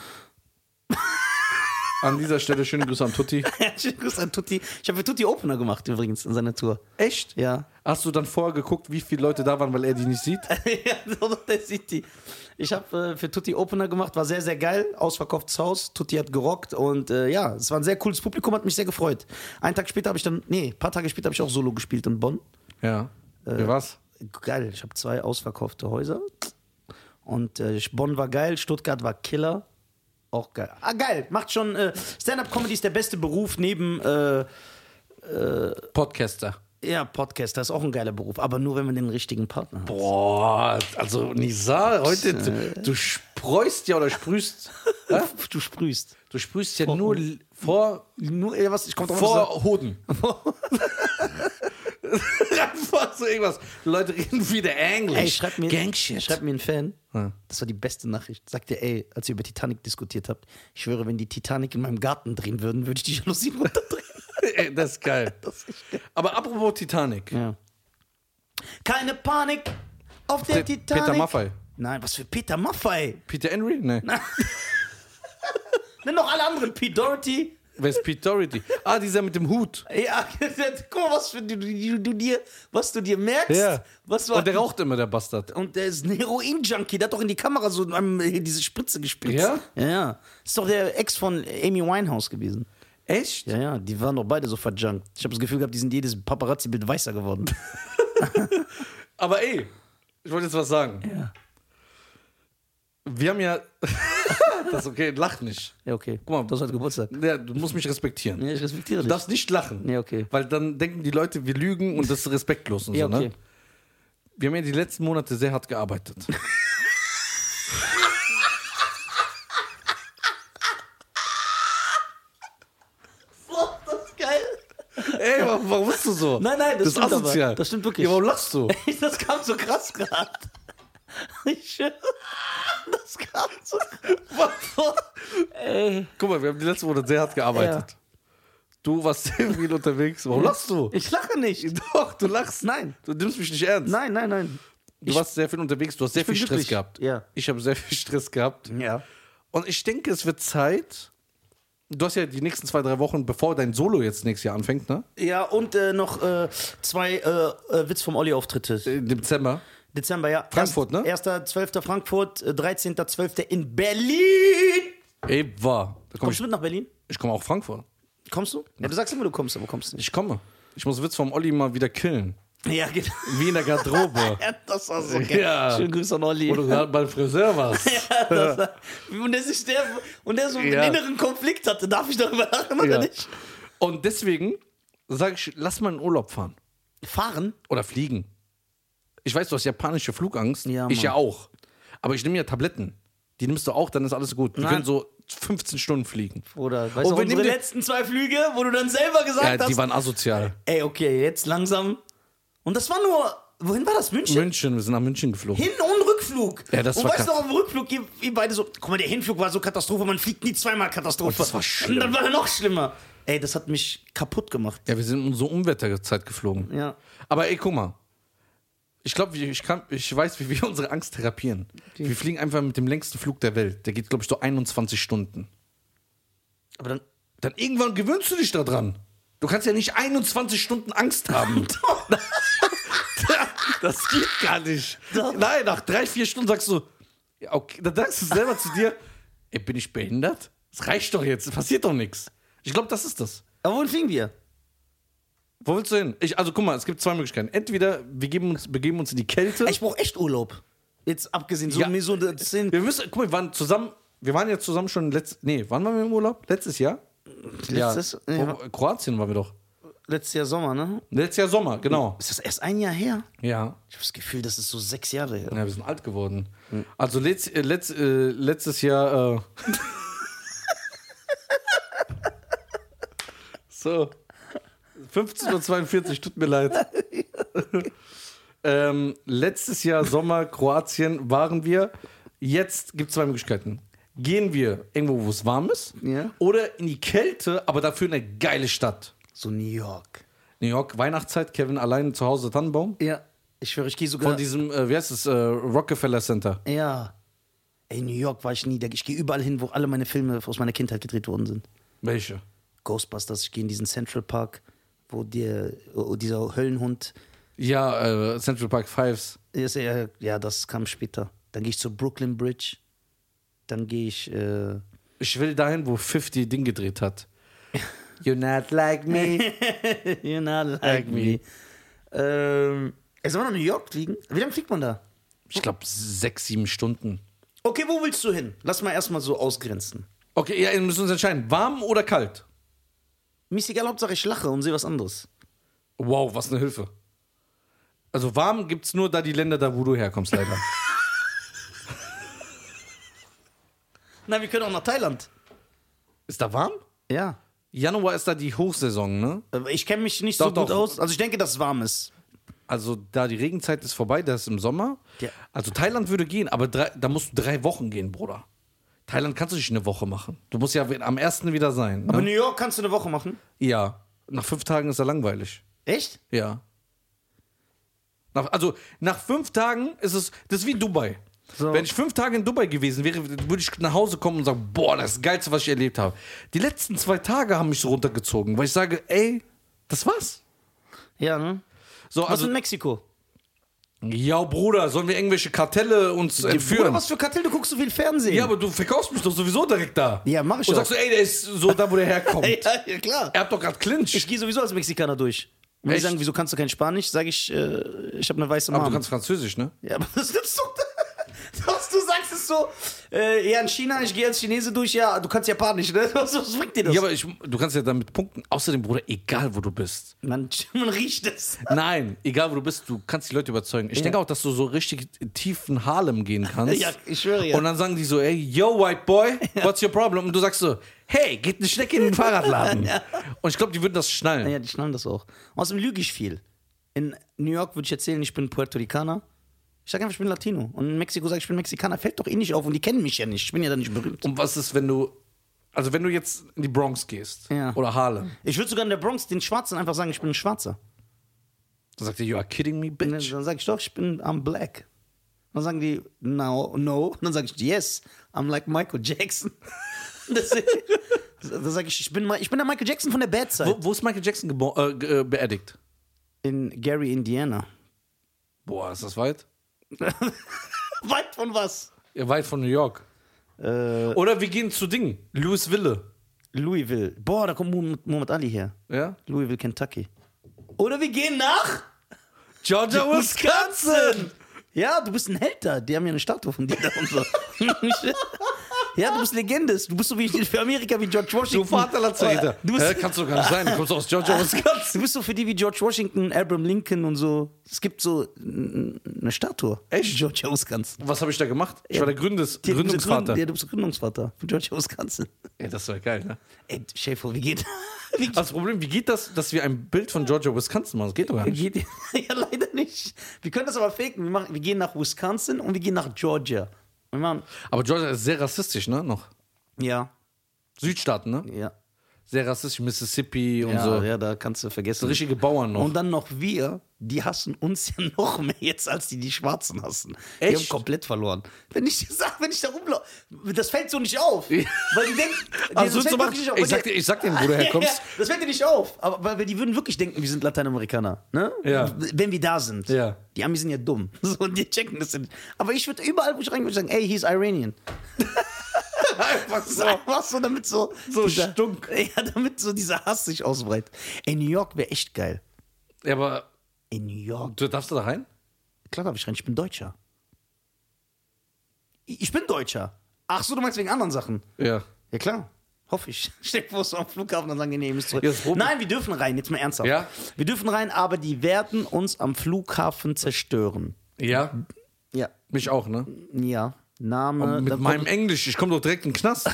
Speaker 2: An dieser Stelle schöne Grüße an Tutti.
Speaker 1: Schönen Gruß an Tutti. Ich habe für Tutti Opener gemacht übrigens in seiner Tour.
Speaker 2: Echt?
Speaker 1: Ja.
Speaker 2: Hast du dann vorher geguckt, wie viele Leute da waren, weil er die nicht sieht?
Speaker 1: ja, so doch, der sieht die. Ich habe äh, für Tutti Opener gemacht, war sehr, sehr geil. Ausverkauftes Haus, Tutti hat gerockt und äh, ja, es war ein sehr cooles Publikum, hat mich sehr gefreut. Einen Tag später habe ich dann, nee, ein paar Tage später habe ich auch Solo gespielt in Bonn.
Speaker 2: Ja. Wie war's?
Speaker 1: Geil, ich habe zwei ausverkaufte Häuser. Und äh, Bonn war geil, Stuttgart war Killer. Auch geil. Ah, geil, macht schon. Äh, Stand-up-Comedy ist der beste Beruf neben. Äh,
Speaker 2: Podcaster.
Speaker 1: ja, Podcaster ist auch ein geiler Beruf, aber nur wenn man den richtigen Partner hat.
Speaker 2: Boah, also Nisa, heute, du, du spreust ja oder sprühst. Hä?
Speaker 1: Du sprühst.
Speaker 2: du sprühst ja nur l- vor,
Speaker 1: Nur, ja, was, ich komme
Speaker 2: vor Hoden. Einfach so irgendwas. Die Leute reden wieder Englisch.
Speaker 1: Ey, schreibt mir,
Speaker 2: Gangshit.
Speaker 1: schreibt mir einen Fan.
Speaker 2: Ja.
Speaker 1: Das war die beste Nachricht. Sagt ihr, ey, als ihr über Titanic diskutiert habt, ich schwöre, wenn die Titanic in meinem Garten drehen würden, würde ich die Jalousien runterdrehen.
Speaker 2: Ey, das ist geil. Aber apropos Titanic.
Speaker 1: ja. Keine Panik auf der
Speaker 2: Pe-
Speaker 1: Titanic.
Speaker 2: Peter Maffay.
Speaker 1: Nein, was für Peter Maffay?
Speaker 2: Peter Henry? Nee.
Speaker 1: Nenn doch alle anderen. Pete Doherty.
Speaker 2: Wer ist Pete Doherty? Ah, dieser mit dem Hut.
Speaker 1: Ja, guck mal, was, für, du, du, du, dir, was du dir merkst.
Speaker 2: Ja.
Speaker 1: Was war
Speaker 2: Und der raucht immer, der Bastard.
Speaker 1: Und der ist ein Heroin-Junkie. Der hat doch in die Kamera so ähm, diese Spritze gespritzt.
Speaker 2: Ja?
Speaker 1: Ja, ja. Ist doch der Ex von Amy Winehouse gewesen.
Speaker 2: Echt?
Speaker 1: Ja, ja, die waren doch beide so verjunkt. Ich habe das Gefühl gehabt, die sind jedes Paparazzi-Bild weißer geworden.
Speaker 2: Aber ey, ich wollte jetzt was sagen.
Speaker 1: Ja.
Speaker 2: Wir haben ja. das ist okay, lach nicht.
Speaker 1: Ja, okay.
Speaker 2: Guck mal.
Speaker 1: du hast heute Geburtstag.
Speaker 2: Ja, du musst mich respektieren.
Speaker 1: Ja, ich respektiere
Speaker 2: Du
Speaker 1: dich.
Speaker 2: darfst nicht lachen.
Speaker 1: Ja, okay.
Speaker 2: Weil dann denken die Leute, wir lügen und das ist respektlos und
Speaker 1: ja,
Speaker 2: so,
Speaker 1: okay.
Speaker 2: ne? Wir haben ja die letzten Monate sehr hart gearbeitet.
Speaker 1: Boah, das ist geil.
Speaker 2: ey, wa- warum bist du so?
Speaker 1: Nein, nein, das
Speaker 2: ist
Speaker 1: stimmt aber.
Speaker 2: asozial.
Speaker 1: Das stimmt wirklich.
Speaker 2: Ja, warum lachst du?
Speaker 1: Das kam so krass gerade. Ich schwöre, Das kam so krass. Ey.
Speaker 2: Guck mal, wir haben die letzten Monate sehr hart gearbeitet. Du warst sehr viel unterwegs. Warum lachst du?
Speaker 1: Ich lache nicht.
Speaker 2: Doch, du lachst.
Speaker 1: Nein.
Speaker 2: Du nimmst mich nicht ernst.
Speaker 1: Nein, nein, nein.
Speaker 2: Du warst sehr viel unterwegs, du hast sehr
Speaker 1: bin
Speaker 2: viel Stress
Speaker 1: glücklich.
Speaker 2: gehabt.
Speaker 1: Ja.
Speaker 2: Ich habe sehr viel Stress gehabt.
Speaker 1: Ja.
Speaker 2: Und ich denke, es wird Zeit. Du hast ja die nächsten zwei, drei Wochen, bevor dein Solo jetzt nächstes Jahr anfängt, ne?
Speaker 1: Ja, und äh, noch äh, zwei äh, äh, Witz vom Olli-Auftritte.
Speaker 2: Im Dezember.
Speaker 1: Dezember, ja.
Speaker 2: Frankfurt, ne?
Speaker 1: 1.12. Frankfurt, äh, 13.12. in Berlin.
Speaker 2: Ey, war. Da komm
Speaker 1: Kommst
Speaker 2: ich
Speaker 1: du mit nach Berlin?
Speaker 2: ich komme auch Frankfurt.
Speaker 1: Kommst du? Ja, du sagst immer, du kommst, aber kommst nicht.
Speaker 2: Ich komme. Ich muss Witz vom Olli mal wieder killen.
Speaker 1: Ja, genau.
Speaker 2: Wie in der Garderobe.
Speaker 1: Ja, das war so geil.
Speaker 2: Ja.
Speaker 1: Schönen Grüße an Olli.
Speaker 2: Wo du gerade beim Friseur warst.
Speaker 1: Ja, das war, und, der sich der, und der so
Speaker 2: Ja.
Speaker 1: einen inneren Konflikt hatte. Darf ich darüber lachen oder
Speaker 2: Ja.
Speaker 1: nicht?
Speaker 2: Und deswegen sage ich, lass mal in Urlaub fahren.
Speaker 1: Fahren?
Speaker 2: Oder fliegen. Ich weiß, du hast japanische Flugangst.
Speaker 1: Ja,
Speaker 2: ich
Speaker 1: Mann.
Speaker 2: ja auch. Aber ich nehme ja Tabletten. Die nimmst du auch, dann ist alles gut. Wir
Speaker 1: Nein.
Speaker 2: können so 15 Stunden fliegen.
Speaker 1: Oder weißt
Speaker 2: Und
Speaker 1: du,
Speaker 2: wir
Speaker 1: unsere
Speaker 2: nehmen die-
Speaker 1: letzten zwei Flüge, wo du dann selber gesagt
Speaker 2: Ja, die
Speaker 1: hast,
Speaker 2: waren asozial.
Speaker 1: ey, okay, jetzt langsam. Und das war nur, wohin war das? München?
Speaker 2: München, wir sind nach München geflogen.
Speaker 1: Hin und Rückflug.
Speaker 2: Ja, das
Speaker 1: und
Speaker 2: war
Speaker 1: weißt du
Speaker 2: krass.
Speaker 1: noch, auf dem Rückflug, ihr, ihr beide so, guck mal, der Hinflug war so Katastrophe, man fliegt nie zweimal Katastrophe.
Speaker 2: Oh, das war schlimm.
Speaker 1: Und dann war er noch schlimmer. Ey, das hat mich kaputt gemacht.
Speaker 2: Ja, wir sind in unsere Unwetterzeit geflogen.
Speaker 1: Ja.
Speaker 2: Aber ey, guck mal. Ich glaube, ich, kann- ich weiß, wie wir unsere Angst therapieren. Wir fliegen einfach mit dem längsten Flug der Welt. Der geht, glaube ich, so 21 Stunden.
Speaker 1: Aber dann,
Speaker 2: Dann irgendwann gewöhnst du dich daran. Du kannst ja nicht 21 Stunden Angst haben. das geht gar nicht. Nein, nach drei, vier Stunden sagst du, ja, okay, dann sagst du selber zu dir, ey, bin ich behindert? Es reicht doch jetzt, es passiert doch nichts. Ich glaube, das ist das.
Speaker 1: aber wohin fliegen wir?
Speaker 2: Wo willst du hin? Ich, also guck mal, es gibt zwei Möglichkeiten. Entweder wir geben uns, begeben uns in die Kälte.
Speaker 1: Ich brauche echt Urlaub. Jetzt abgesehen, so
Speaker 2: Ja.
Speaker 1: mir so das sind,
Speaker 2: wir müssen, guck mal, wir waren zusammen, wir waren ja zusammen schon letzt, nee, wann waren wir im Urlaub? Letztes Jahr?
Speaker 1: letztes,
Speaker 2: ja.
Speaker 1: ja.
Speaker 2: Wo- Kroatien waren wir doch.
Speaker 1: letztes Jahr Sommer, ne?
Speaker 2: Letztes Jahr Sommer, genau.
Speaker 1: Ist das erst ein Jahr her?
Speaker 2: Ja.
Speaker 1: Ich habe das Gefühl, das ist so sechs Jahre her.
Speaker 2: Ja, wir sind alt geworden. Also letz, äh, letz, äh, letztes Jahr. Äh so. 15.42 Uhr, tut mir leid. ähm, letztes Jahr Sommer, Kroatien waren wir. Jetzt gibt es zwei Möglichkeiten. Gehen wir irgendwo, wo es warm ist,
Speaker 1: Ja.
Speaker 2: oder in die Kälte, aber dafür eine geile Stadt.
Speaker 1: So New York.
Speaker 2: New York, Weihnachtszeit, Kevin allein zu Hause, Tannenbaum.
Speaker 1: Ja. Ich schwöre, ich gehe sogar.
Speaker 2: Von diesem, äh, wie heißt es, äh, Rockefeller Center.
Speaker 1: Ja. Ey, New York war ich nie. Ich gehe überall hin, wo alle meine Filme aus meiner Kindheit gedreht worden sind.
Speaker 2: Welche?
Speaker 1: Ghostbusters, ich gehe in diesen Central Park, wo dir wo dieser Höllenhund,
Speaker 2: Ja, äh, Central Park Fives.
Speaker 1: ja, ist eher- ja, das kam später. Dann gehe ich zur Brooklyn Bridge, dann gehe ich, äh,
Speaker 2: Ich will dahin, wo 50 Ding gedreht hat. You're not like me.
Speaker 1: you're not like me. Ähm, ey, soll man nach New York fliegen? Wie lange fliegt man da?
Speaker 2: Ich glaube, sechs, sieben Stunden.
Speaker 1: Okay, wo willst du hin? Lass mal erstmal so ausgrenzen.
Speaker 2: Okay, ja, wir müssen uns entscheiden. Warm oder kalt?
Speaker 1: Mir ist egal, Hauptsache ich lache und sehe was anderes.
Speaker 2: Wow, was eine Hilfe. Also warm gibt's nur da die Länder, da wo du herkommst, leider.
Speaker 1: Na, wir können auch nach Thailand.
Speaker 2: ist da warm?
Speaker 1: Ja.
Speaker 2: Januar ist da die Hochsaison, ne?
Speaker 1: Aber Äh, Ich kenne mich nicht so
Speaker 2: Doch,
Speaker 1: gut
Speaker 2: doch.
Speaker 1: aus. Also ich denke, dass es warm ist.
Speaker 2: Also da die Regenzeit ist vorbei, das ist im Sommer.
Speaker 1: Ja.
Speaker 2: Also Thailand würde gehen, aber drei, da musst du drei Wochen gehen, Bruder. Thailand kannst du nicht eine Woche machen. Du musst ja am ersten wieder sein.
Speaker 1: Aber
Speaker 2: Ne?
Speaker 1: New York kannst du eine Woche machen.
Speaker 2: Ja. Nach fünf Tagen ist er langweilig.
Speaker 1: Echt?
Speaker 2: Ja. Nach, also nach fünf Tagen ist es, das ist wie Dubai.
Speaker 1: So.
Speaker 2: Wenn ich fünf Tage in Dubai gewesen wäre, würde ich nach Hause kommen und sagen, boah, das ist das Geilste, was ich erlebt habe. Die letzten zwei Tage haben mich so runtergezogen, weil ich sage, ey, das war's.
Speaker 1: Ja, ne?
Speaker 2: So,
Speaker 1: Was
Speaker 2: also,
Speaker 1: in Mexiko?
Speaker 2: ja, Bruder, sollen wir irgendwelche Kartelle uns entführen?
Speaker 1: Bruder, was für Kartell, du guckst so viel Fernsehen.
Speaker 2: Ja, aber du verkaufst mich doch sowieso direkt da.
Speaker 1: Ja, mach ich
Speaker 2: Und
Speaker 1: doch.
Speaker 2: sagst du, ey, der ist so da, wo der herkommt.
Speaker 1: Ey, ja, ja, klar.
Speaker 2: Er hat doch gerade Clinch.
Speaker 1: Ich gehe sowieso als Mexikaner durch. Wenn die
Speaker 2: Echt?
Speaker 1: sagen, wieso kannst du kein Spanisch, sage ich, äh, ich habe eine weiße
Speaker 2: aber du
Speaker 1: Mama.
Speaker 2: kannst Französisch, ne?
Speaker 1: Ja, aber das ist doch. Was du sagst, ist so, äh, ja, in China, ich gehe als Chinese durch, ja, du kannst Japanisch, ne? Was, was bringt dir das?
Speaker 2: Ja, aber ich, du kannst ja damit punkten. Außerdem, Bruder, egal wo du bist.
Speaker 1: man, man riecht es.
Speaker 2: Nein, egal wo du bist, du kannst die Leute überzeugen. Ich denke auch, dass du so richtig tief in Harlem gehen kannst.
Speaker 1: Ja, ich schwöre, ja.
Speaker 2: Und dann sagen die so, ey, yo, white boy, what's your problem? Und du sagst so, hey, geht eine Schnecke in den Fahrradladen. Und ich glaube, die würden das schnallen.
Speaker 1: Ja, die schnallen das auch. Außerdem lüge ich viel. In New York würde ich erzählen, ich bin Puerto Ricaner. Ich sage einfach, ich bin Latino. Und in Mexiko sage ich, ich bin Mexikaner. Fällt doch eh nicht auf und die kennen mich ja nicht. Ich bin ja da nicht berühmt.
Speaker 2: Und was ist, wenn du, also wenn du jetzt in die Bronx gehst
Speaker 1: Ja.
Speaker 2: oder Harlem,
Speaker 1: Ich würde sogar in der Bronx den Schwarzen einfach sagen, ich bin ein Schwarzer.
Speaker 2: dann sagt er, you are kidding me,
Speaker 1: Und Ne, dann
Speaker 2: bitch.
Speaker 1: sage ich doch, ich bin I'm black. Und dann sagen die, no, no. Und dann sage ich, yes, I'm like Michael Jackson. Das, dann sage ich, ich bin, Ma- ich bin der Michael Jackson von der Bad Side.
Speaker 2: Wo, wo ist Michael Jackson gebo- äh, ge- äh, beerdigt?
Speaker 1: In Gary, Indiana.
Speaker 2: Boah, ist das weit?
Speaker 1: Weit von was?
Speaker 2: Ja, weit von New York.
Speaker 1: Äh,
Speaker 2: Oder wir gehen zu Ding, Louisville.
Speaker 1: Louisville. Boah, da kommt Muhammad Muhammad Ali her.
Speaker 2: Ja?
Speaker 1: Louisville, Kentucky. Oder wir gehen nach
Speaker 2: Georgia, Wisconsin!
Speaker 1: Ja, du bist ein Held da. Die haben ja eine Statue von dir da und so. ja, du bist Legende. Du bist so wie für Amerika wie George Washington.
Speaker 2: Du Vaterlandsverräter.
Speaker 1: Äh, Du bist,
Speaker 2: Hä, kannst du gar nicht sein. Du kommst aus Georgia, Wisconsin.
Speaker 1: du bist so für die wie George Washington, Abraham Lincoln und so. Es gibt so n- n- eine Statue.
Speaker 2: Echt?
Speaker 1: George Wisconsin.
Speaker 2: Was habe ich da gemacht? Ich war der Gründes
Speaker 1: Die-
Speaker 2: Gründungsvater.
Speaker 1: Ja, du bist Gründungsvater von George Wisconsin.
Speaker 2: Ey, das wäre geil, ne? Also
Speaker 1: Ey, Schäfer, wie geht wie
Speaker 2: Das Problem, wie geht das, dass wir ein Bild von Georgia, Wisconsin machen? Das geht doch gar nicht.
Speaker 1: geht Ja, leider nicht. Wir können das aber faken. Wir, machen, wir gehen nach Wisconsin und wir gehen nach Georgia. Wir machen,
Speaker 2: Aber Georgia ist sehr rassistisch, ne? Noch.
Speaker 1: ja,
Speaker 2: Südstaaten, ne?
Speaker 1: ja.
Speaker 2: Sehr rassistisch, Mississippi und
Speaker 1: Ja,
Speaker 2: so.
Speaker 1: ja, da kannst du vergessen.
Speaker 2: Richtige Bauern noch.
Speaker 1: Und dann noch wir, die hassen uns ja noch mehr jetzt, als die die Schwarzen hassen. Die
Speaker 2: Echt?
Speaker 1: haben komplett verloren. Wenn ich dir sag, wenn ich da rumlaufe, das fällt so nicht auf. Weil die denken, die-
Speaker 2: Also
Speaker 1: das
Speaker 2: so
Speaker 1: fällt
Speaker 2: machen-
Speaker 1: wirklich nicht auf.
Speaker 2: ich sag dir- ich sag denen, wo du herkommst.
Speaker 1: das fällt dir nicht auf. Aber weil wir- die würden wirklich denken, wir sind Lateinamerikaner. Ne?
Speaker 2: Ja.
Speaker 1: Wenn wir da sind.
Speaker 2: Ja.
Speaker 1: Die Amis sind ja dumm. So, und die checken das nicht. Aber ich würde überall, wo ich reingehe, würd ich sagen, ey, he's Iranian.
Speaker 2: Einfach
Speaker 1: So, einfach so, damit so.
Speaker 2: So stunk.
Speaker 1: Ja, damit so dieser Hass sich ausbreitet. Ey, New York wäre echt geil.
Speaker 2: Ja, aber
Speaker 1: In New York.
Speaker 2: du darfst du da rein?
Speaker 1: Klar darf ich rein, ich bin Deutscher. Ich ich bin Deutscher. Ach so, du meinst wegen anderen Sachen?
Speaker 2: Ja.
Speaker 1: Ja, klar. Hoffe ich. Steck vor so am Flughafen, dann sagen die, nee, ihr müsst zurück.
Speaker 2: Ja, das Problem-
Speaker 1: Nein, wir dürfen rein, jetzt mal ernsthaft.
Speaker 2: Ja?
Speaker 1: Wir dürfen rein, aber die werden uns am Flughafen zerstören.
Speaker 2: Ja.
Speaker 1: Ja.
Speaker 2: Mich auch, ne?
Speaker 1: Ja. Name. dann
Speaker 2: Mit
Speaker 1: kommt-
Speaker 2: meinem Englisch, ich komme doch direkt in den Knast.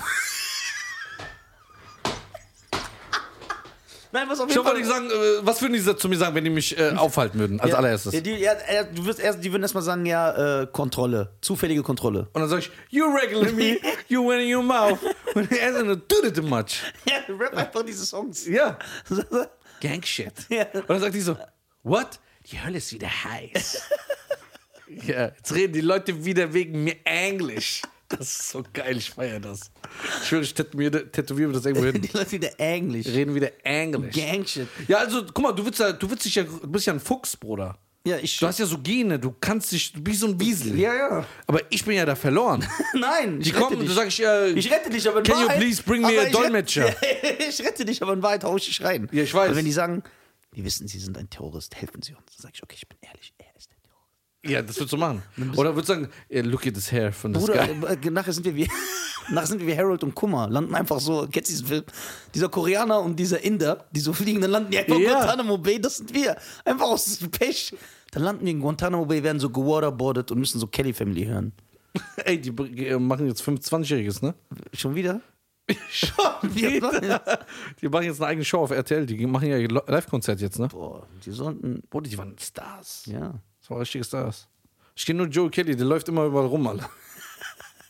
Speaker 1: Nein, was auf
Speaker 2: Ich
Speaker 1: jeden
Speaker 2: hoffe,
Speaker 1: Fall.
Speaker 2: die sagen, äh, was würden die zu mir sagen, wenn die mich äh, aufhalten würden, als allererstes?
Speaker 1: Ja, die, ja, ja, du wirst erst, die würden erstmal sagen, ja, äh, Kontrolle. Zufällige Kontrolle.
Speaker 2: Und dann sag ich, you regular me, you went in your mouth. When I asked him to do it too much.
Speaker 1: Ja, rap einfach diese Songs.
Speaker 2: Ja. Gang shit.
Speaker 1: Ja.
Speaker 2: Und dann sagt die so, what? Die Hölle ist wieder heiß. ja, jetzt reden die Leute wieder wegen mir Englisch. Das ist so geil, ich feiere das. Ich schwöre, ich tätowiere, tätowiere das irgendwo hin.
Speaker 1: Die Leute wieder Englisch.
Speaker 2: Reden wieder Englisch.
Speaker 1: Gangshit.
Speaker 2: Ja, also, guck mal, du, willst ja, du, willst dich ja, du bist ja ein Fuchs, Bruder.
Speaker 1: Ja, ich.
Speaker 2: Du hast ja so Gene, du kannst dich, du bist so ein Wiesel.
Speaker 1: ja, ja.
Speaker 2: Aber ich bin ja da verloren.
Speaker 1: Nein.
Speaker 2: Die
Speaker 1: ich rette
Speaker 2: kommen und du
Speaker 1: dich.
Speaker 2: sagst, äh,
Speaker 1: Ich rette dich, aber in
Speaker 2: Can you
Speaker 1: Wahrheit,
Speaker 2: please bring me
Speaker 1: aber
Speaker 2: a
Speaker 1: ich rette-
Speaker 2: Dolmetscher?
Speaker 1: ich rette dich, aber in Wahrheit hau ich dich rein.
Speaker 2: Ja, ich weiß.
Speaker 1: Aber wenn die sagen, wir wissen, Sie sind ein Terrorist, helfen Sie uns. Dann sag ich, okay, ich bin ehrlich, er ist ein Terrorist.
Speaker 2: ja, das würdest du machen. Oder würdest du sagen, äh, look at this hair von this
Speaker 1: Bruder,
Speaker 2: guy.
Speaker 1: äh, nachher sind wir wie, nachher sind wir wie Harold und Kummer, landen einfach so, kennst du diesen Film? Dieser Koreaner und dieser Inder, die so fliegen, dann landen die einfach in
Speaker 2: Ja.
Speaker 1: Guantanamo Bay, das sind wir. Einfach aus Pech. Dann landen wir in Guantanamo Bay, werden so gewaterboardet und müssen so Kelly Family hören.
Speaker 2: Ey, die äh, machen jetzt 25-Jähriges, ne?
Speaker 1: Schon wieder?
Speaker 2: Schon
Speaker 1: wieder?
Speaker 2: Die machen jetzt eine eigene Show auf RTL. Die machen ja Lo- Live-Konzert jetzt, ne?
Speaker 1: Boah, die sollten,
Speaker 2: Bruder, die waren Stars.
Speaker 1: ja.
Speaker 2: Das waren richtige Stars. Ich kenne nur Joe Kelly, der läuft immer überall rum, Alter.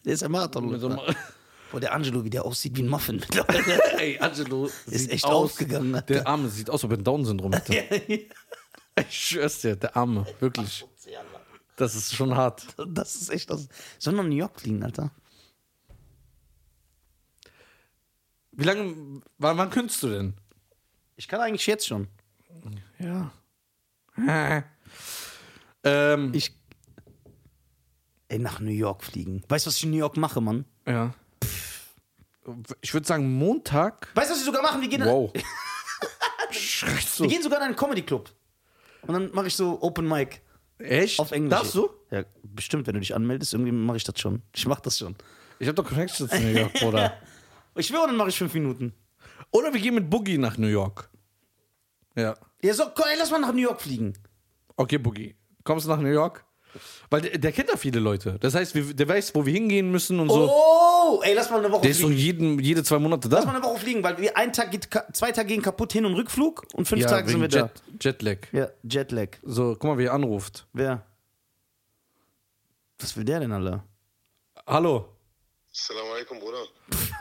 Speaker 1: Der ist ein Marathon.
Speaker 2: Mit so einem-
Speaker 1: Boah, der Angelo, wie der aussieht wie ein Muffin mittlerweile.
Speaker 2: Ey, Angelo sieht
Speaker 1: echt
Speaker 2: aus,
Speaker 1: ausgegangen, Alter.
Speaker 2: Der Arme sieht aus, als ob er ein Down-Syndrom hätte. Ich schwör's dir, der Arme, wirklich. Das ist schon hart.
Speaker 1: Das ist echt aus. Soll noch New York liegen, Alter.
Speaker 2: Wie lange, wann, wann könntest du denn?
Speaker 1: Ich kann eigentlich jetzt schon.
Speaker 2: Ja. ähm,
Speaker 1: Ich. Ey, nach New York fliegen. Weißt du, was ich in New York mache, Mann?
Speaker 2: ja. Ich würde sagen, Montag.
Speaker 1: Weißt du, was wir sogar machen? Wir gehen,
Speaker 2: Wow. Schreist
Speaker 1: wir
Speaker 2: du?
Speaker 1: gehen sogar in einen Comedy-Club. Und dann mache ich so Open Mic
Speaker 2: Echt?
Speaker 1: auf Englisch.
Speaker 2: Darfst du?
Speaker 1: Ja, bestimmt, wenn du dich anmeldest. Irgendwie mache ich das schon. Ich mache das schon.
Speaker 2: Ich habe doch Connections in New York, Bruder.
Speaker 1: Ich schwöre, dann mache ich fünf Minuten.
Speaker 2: Oder wir gehen mit Boogie nach New York. Ja.
Speaker 1: Ja, so, komm, ey, lass mal nach New York fliegen.
Speaker 2: Okay, Boogie. Kommst du nach New York? Weil der, der kennt da viele Leute. Das heißt, wir, der weiß, wo wir hingehen müssen und so.
Speaker 1: Oh, ey, lass mal eine Woche
Speaker 2: Der
Speaker 1: fliegen.
Speaker 2: ist so jeden, jede zwei Monate
Speaker 1: Lass mal
Speaker 2: da.
Speaker 1: eine Woche fliegen, weil wir einen Tag geht, ka- zwei Tage gehen kaputt, Hin- und Rückflug und fünf
Speaker 2: Ja,
Speaker 1: Tage sind wir
Speaker 2: wegen Jet, Jetlag.
Speaker 1: da. Ja, Jetlag.
Speaker 2: So, guck mal, wer anruft.
Speaker 1: Wer? Was will der denn, Alter?
Speaker 2: Hallo.
Speaker 3: Assalamu alaikum, Bruder.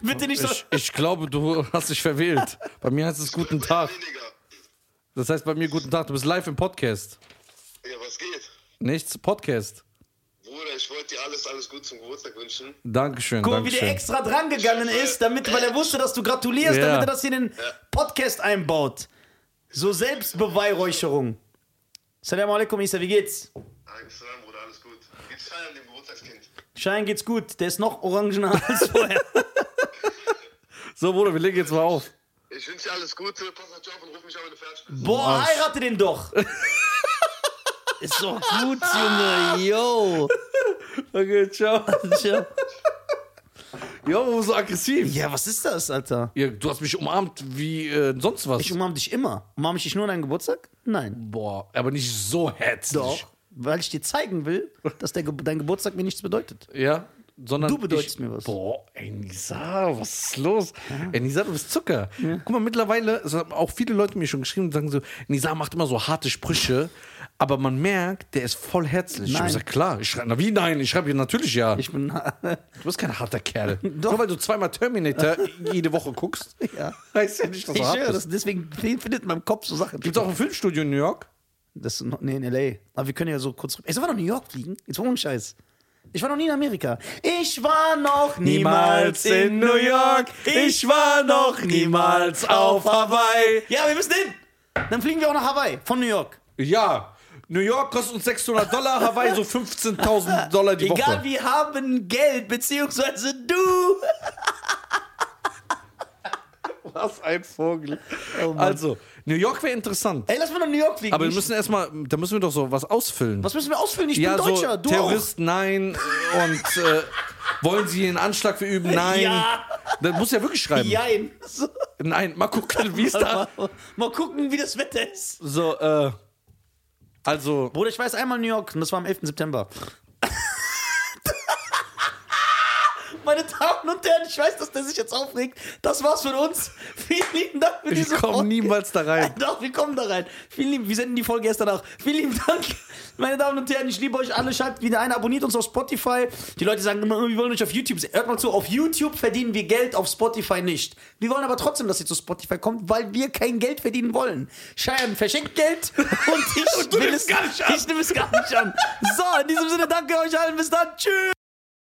Speaker 1: Bitte nicht so.
Speaker 2: Ich, ich glaube, du hast dich verwählt. Bei mir heißt es guten Tag.
Speaker 3: Weniger.
Speaker 2: Das heißt bei mir guten Tag. Du bist live im Podcast.
Speaker 3: Ja, was geht?
Speaker 2: Nichts, Podcast.
Speaker 3: Bruder, ich wollte dir alles, alles gut zum Geburtstag wünschen.
Speaker 2: Dankeschön.
Speaker 1: Guck mal, wie
Speaker 2: Dankeschön.
Speaker 1: der extra drangegangen ist, damit, weil er wusste, dass du gratulierst,
Speaker 2: Ja.
Speaker 1: damit er das hier in den Podcast einbaut. So Selbstbeweihräucherung. Salam alaikum, Isa, wie geht's?
Speaker 3: Assalamu, Bruder, alles gut. Geht's Schein an dem Geburtstagskind?
Speaker 1: Schein geht's gut, der ist noch orangener als vorher.
Speaker 2: So, Bruder, wir legen jetzt mal auf.
Speaker 3: Ich wünsche dir alles Gute, pass auf dich auf und ruf mich an, wenn du fertig bist.
Speaker 1: Boah, heirate den doch. ist doch gut, Junge, yo.
Speaker 2: Okay, ciao.
Speaker 1: Tja.
Speaker 2: Ja, warum so aggressiv?
Speaker 1: Ja, was ist das, Alter?
Speaker 2: Ja, du hast mich umarmt wie äh, sonst was.
Speaker 1: Ich um- umarm dich immer. Umarm ich dich nur an deinem Geburtstag? Nein.
Speaker 2: Boah, aber nicht so herzlich.
Speaker 1: Weil ich dir zeigen will, dass der Ge dein Geburtstag mir nichts bedeutet.
Speaker 2: Ja, sondern
Speaker 1: Du bedeutest mir was.
Speaker 2: Boah, ey, Nisa, was ist los? Ey, Nisa, du bist Zucker. Guck mal, mittlerweile es haben auch viele Leute mir schon geschrieben und sagen so, Nisa macht immer so harte Sprüche, aber man merkt, der ist voll herzlich. Ich
Speaker 1: Nein.
Speaker 2: hab gesagt, klar, ich schreibe, na wie nein, ich schreibe hier natürlich ja.
Speaker 1: Ich bin.
Speaker 2: du bist kein harter Kerl. Nur weil du zweimal Terminator jede Woche guckst,
Speaker 1: Ja.
Speaker 2: heißt ja nicht, dass
Speaker 1: ich
Speaker 2: du hart
Speaker 1: höre
Speaker 2: bist.
Speaker 1: das. Deswegen findet in meinem Kopf so Sachen.
Speaker 2: Gibt's auch ein Filmstudio in New York?
Speaker 1: Das ist noch, nee, in L.A. Aber wir können ja so kurz. Ey, soll wir nach New York fliegen? Jetzt ohne Scheiß. Ich war noch nie in Amerika. Ich war noch niemals in New York.
Speaker 2: war noch
Speaker 1: niemals auf
Speaker 2: Hawaii.
Speaker 1: Ja, wir müssen hin. Dann fliegen wir auch nach Hawaii. Von New York.
Speaker 2: Ja, New York kostet uns 600 Dollar, Hawaii so 15.000 Dollar die Woche.
Speaker 1: Egal, wir haben Geld, beziehungsweise du.
Speaker 2: Was ein Vogel.
Speaker 1: Oh Mann.
Speaker 2: also, New York wäre interessant.
Speaker 1: Ey, lass mal nach New York fliegen.
Speaker 2: Aber wir
Speaker 1: Ich-
Speaker 2: müssen erstmal, da müssen wir doch so was ausfüllen.
Speaker 1: Was müssen wir ausfüllen? Ich
Speaker 2: ja,
Speaker 1: bin Deutscher,
Speaker 2: so
Speaker 1: du
Speaker 2: Terrorist, nein. Und äh, wollen Sie einen Anschlag verüben? Nein.
Speaker 1: Ja.
Speaker 2: Das muss ja wirklich
Speaker 1: auch.
Speaker 2: schreiben.
Speaker 1: Jein. So.
Speaker 2: Nein, mal gucken, wie es da.
Speaker 1: Mal, mal gucken, wie das Wetter ist.
Speaker 2: So, äh. Also,
Speaker 1: Bruder, ich weiß einmal New York und das war am 11. September. Meine Damen und Herren, ich weiß, dass der sich jetzt aufregt. Das war's von uns. Vielen lieben Dank für
Speaker 2: ich
Speaker 1: diese
Speaker 2: komme
Speaker 1: Folge.
Speaker 2: niemals da rein.
Speaker 1: Doch, wir kommen da rein. Vielen lieben, wir senden die Folge erst danach. Vielen lieben Dank, meine Damen und Herren. Ich liebe euch alle. Schaltet wieder ein, abonniert uns auf Spotify. Die Leute sagen immer, wir wollen euch auf YouTube. sehen. Hört mal zu, auf YouTube verdienen wir Geld, auf Spotify nicht. Wir wollen aber trotzdem, dass ihr zu Spotify kommt, weil wir kein Geld verdienen wollen. Scheiern verschenkt Geld und ich,
Speaker 2: du
Speaker 1: will
Speaker 2: nimmst
Speaker 1: es
Speaker 2: gar nicht an.
Speaker 1: Ich nehme es gar nicht an. So, in diesem Sinne, danke euch allen. Bis dann. Tschüss.